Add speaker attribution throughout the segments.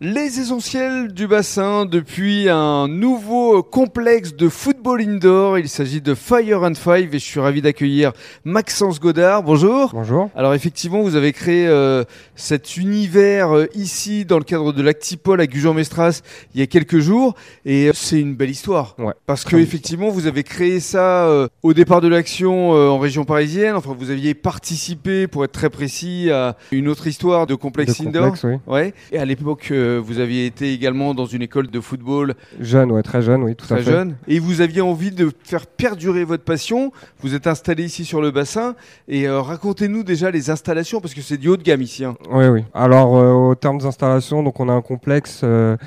Speaker 1: Les essentiels du bassin depuis un nouveau complexe de football indoor. Il s'agit de Fire and Five et je suis ravi d'accueillir Maxence Godard. Bonjour.
Speaker 2: Bonjour.
Speaker 1: Alors effectivement, vous avez créé euh, cet univers euh, ici dans le cadre de l'Actipol à Gujan-Mestras il y a quelques jours et euh, c'est une belle histoire
Speaker 2: Ouais.
Speaker 1: parce que
Speaker 2: Très bien.
Speaker 1: effectivement vous avez créé ça euh, au départ de l'action euh, en région parisienne. Enfin, vous aviez participé pour être très précis à une autre histoire de complexe
Speaker 2: De
Speaker 1: indoor.
Speaker 2: complexe, oui.
Speaker 1: Ouais. Et à l'époque, euh, vous aviez été également dans une école de football
Speaker 2: Jeune, ouais, très jeune, oui, tout à
Speaker 1: très
Speaker 2: fait.
Speaker 1: jeune. Et vous aviez envie de faire perdurer votre passion. Vous êtes installé ici sur le bassin. Et euh, racontez-nous déjà les installations, parce que c'est du haut de gamme ici. hein.
Speaker 2: Oui, oui. Alors, euh, au terme d'installation, donc on a un complexe, euh,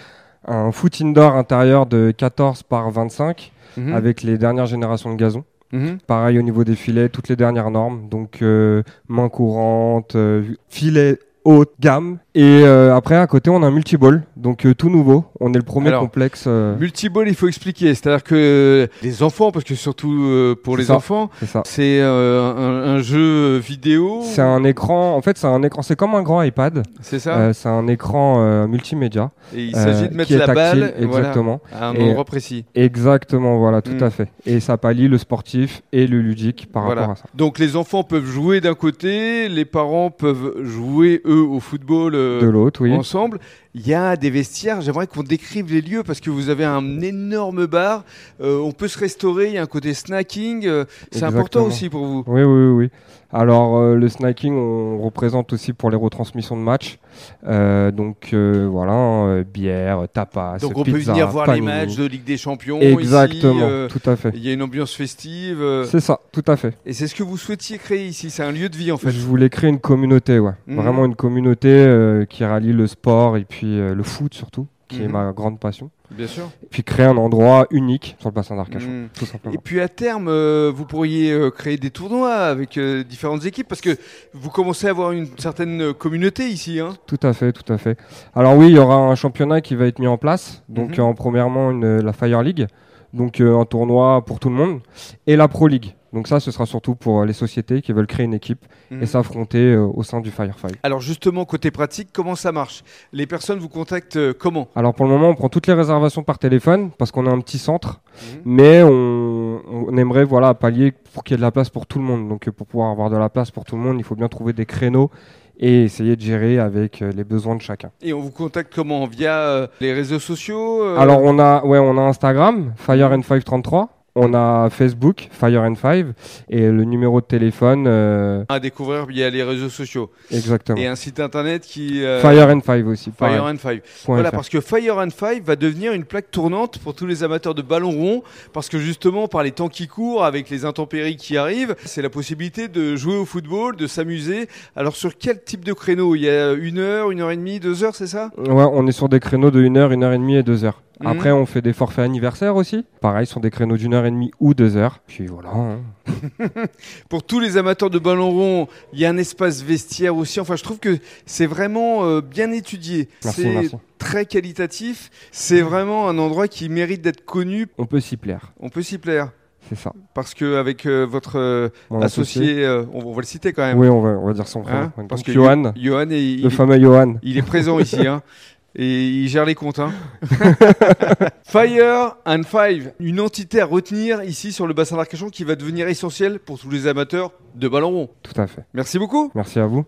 Speaker 2: un foot indoor intérieur de 14 par 25
Speaker 1: Mhm.
Speaker 2: avec les dernières générations de gazon.
Speaker 1: Mhm.
Speaker 2: Pareil au niveau des filets, toutes les dernières normes, donc euh, main courante, euh, filet haute gamme. Et euh, après, à côté, on a un multiball, donc euh, tout nouveau. On est le premier
Speaker 1: Alors,
Speaker 2: complexe. euh,
Speaker 1: Mhm. Multiball, il faut expliquer. C'est-à-dire que euh, les enfants, parce que surtout euh, pour
Speaker 2: C'est
Speaker 1: les
Speaker 2: ça.
Speaker 1: enfants,
Speaker 2: c'est ça.
Speaker 1: c'est euh, un, un jeu vidéo.
Speaker 2: C'est un écran, en fait, c'est un écran, c'est comme un grand iPad.
Speaker 1: C'est ça.
Speaker 2: Euh, c'est un écran euh, multimédia.
Speaker 1: et il s'agit
Speaker 2: euh,
Speaker 1: de mettre
Speaker 2: qui est
Speaker 1: la
Speaker 2: tactile,
Speaker 1: balle voilà,
Speaker 2: Exactement.
Speaker 1: à un
Speaker 2: Et-
Speaker 1: endroit précis.
Speaker 2: Exactement, voilà, tout
Speaker 1: Mm.
Speaker 2: à fait. Et ça pallie le sportif et le ludique par
Speaker 1: Voilà.
Speaker 2: rapport à ça.
Speaker 1: Donc les enfants peuvent jouer d'un côté, les parents peuvent jouer eux au football euh,
Speaker 2: De l'autre, oui.
Speaker 1: ensemble. Il y a des vestiaires, j'aimerais qu'on décrive les lieux parce que vous avez un énorme bar, euh, on peut se restaurer, il y a un côté snacking, euh, c'est important
Speaker 2: Exactement.
Speaker 1: aussi pour vous.
Speaker 2: Oui, oui, oui. oui. Alors, euh, le snacking, on représente aussi pour les retransmissions de matchs. Euh, donc, euh, voilà, euh, bière, tapas,
Speaker 1: Donc on peut
Speaker 2: Ah, pizza,
Speaker 1: venir voir les
Speaker 2: panini.
Speaker 1: matchs de Ligue des Champions ici,
Speaker 2: Exactement,
Speaker 1: euh,
Speaker 2: tout à fait.
Speaker 1: il y a une ambiance festive euh,
Speaker 2: C'est ça, tout à fait.
Speaker 1: et c'est ce que vous souhaitiez créer ici, c'est un lieu de vie en fait.
Speaker 2: Je voulais créer une communauté, ouais.
Speaker 1: Mhm.
Speaker 2: Vraiment une communauté euh, qui rallie le sport et puis euh, le foot surtout, qui est
Speaker 1: Mhm.
Speaker 2: ma grande passion.
Speaker 1: Bien sûr.
Speaker 2: Et puis créer un endroit unique sur le bassin d'Arcachon,
Speaker 1: Mm.
Speaker 2: tout simplement.
Speaker 1: Et puis à terme, euh, vous pourriez euh, créer des tournois avec euh, différentes équipes parce que vous commencez à avoir une certaine euh, communauté ici. Hein.
Speaker 2: Tout à fait, tout à fait. Alors oui, il y aura un championnat qui va être mis en place. Donc
Speaker 1: Mhm.
Speaker 2: euh, en premièrement une, la Fire League, donc euh, un tournoi pour tout le monde, et la Pro League. Donc ça, ce sera surtout pour euh, les sociétés qui veulent créer une équipe et s'affronter euh, au sein du Firefly.
Speaker 1: Mhm. Alors justement, côté pratique, comment ça marche Les personnes vous contactent euh, comment
Speaker 2: Alors pour le moment, on prend toutes les réservations par téléphone parce qu'on a un petit centre, mais on, on aimerait voilà pallier pour qu'il y ait de la place pour tout le monde. Donc euh, pour pouvoir avoir de la place pour tout le monde, il faut bien trouver des créneaux et essayer de gérer avec euh, les besoins de chacun.
Speaker 1: Et on vous contacte comment Via euh, les réseaux sociaux euh,
Speaker 2: Alors on a ouais on a Instagram Fire and 533, on a Facebook Fire and 5 et le numéro de téléphone euh,
Speaker 1: à découvrir via les réseaux sociaux
Speaker 2: exactement.
Speaker 1: et un site internet qui euh,
Speaker 2: Fire and 5 aussi. pareil,
Speaker 1: Fire and Five.
Speaker 2: point
Speaker 1: Voilà,
Speaker 2: fr.
Speaker 1: parce que Fire and Five va devenir une plaque tournante pour tous les amateurs de ballon rond, parce que justement, par les temps qui courent, avec les intempéries qui arrivent, c'est la possibilité de jouer au football, de s'amuser. Alors, sur quel type de créneau Il y a une heure, une heure et demie, deux heures, c'est ça
Speaker 2: Ouais, on est sur des créneaux de 1 heure, 1 heure et demie et 2 heures.
Speaker 1: Mhm.
Speaker 2: Après on fait des forfaits anniversaires aussi. Pareil sur des créneaux d'une heure et demie ou 2 heures. Puis voilà. hein.
Speaker 1: Pour tous les amateurs de ballon rond, il y a un espace vestiaire aussi. Enfin, je trouve que c'est vraiment euh, bien étudié.
Speaker 2: Merci,
Speaker 1: c'est
Speaker 2: merci.
Speaker 1: très qualitatif. C'est vraiment un endroit qui mérite d'être connu.
Speaker 2: On peut s'y plaire.
Speaker 1: On peut s'y plaire.
Speaker 2: C'est ça.
Speaker 1: Parce que avec euh, votre euh,
Speaker 2: Mon
Speaker 1: associé, euh, on, on va le citer quand même.
Speaker 2: Oui, on va, on va dire son prénom.
Speaker 1: Hein
Speaker 2: Donc,
Speaker 1: Parce que
Speaker 2: Johan,
Speaker 1: Yo- Johan, est- il,
Speaker 2: le fameux Johan.
Speaker 1: il est présent ici. hein. Et il gère les comptes. hein. Fire and Five, une entité à retenir ici sur le bassin d'Arcachon qui va devenir essentielle pour tous les amateurs de ballon rond.
Speaker 2: Tout à fait.
Speaker 1: Merci beaucoup.
Speaker 2: Merci à vous.